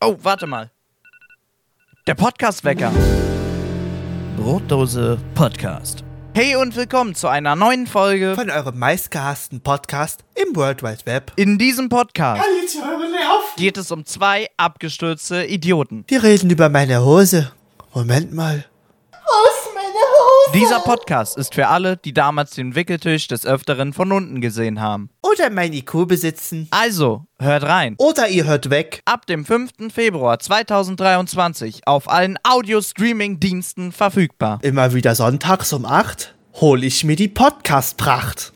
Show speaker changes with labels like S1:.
S1: Oh, warte mal. Der Podcast-Wecker. Brotdose Podcast. Hey und willkommen zu einer neuen Folge
S2: von eurem meistgehassten Podcast im World Wide Web.
S1: in diesem Podcast.
S2: Jetzt höre auf!
S1: Geht es um zwei abgestürzte Idioten.
S2: Die reden über meine Hose. Moment mal.
S1: Dieser Podcast ist für alle, die damals den Wickeltisch des Öfteren von unten gesehen haben.
S2: Oder mein IQ besitzen.
S1: Also, hört rein.
S2: Oder ihr hört weg.
S1: Ab dem 5. Februar 2023 auf allen Audio-Streaming-Diensten verfügbar.
S2: Immer wieder sonntags um 8 hol ich mir die Podcast-Pracht.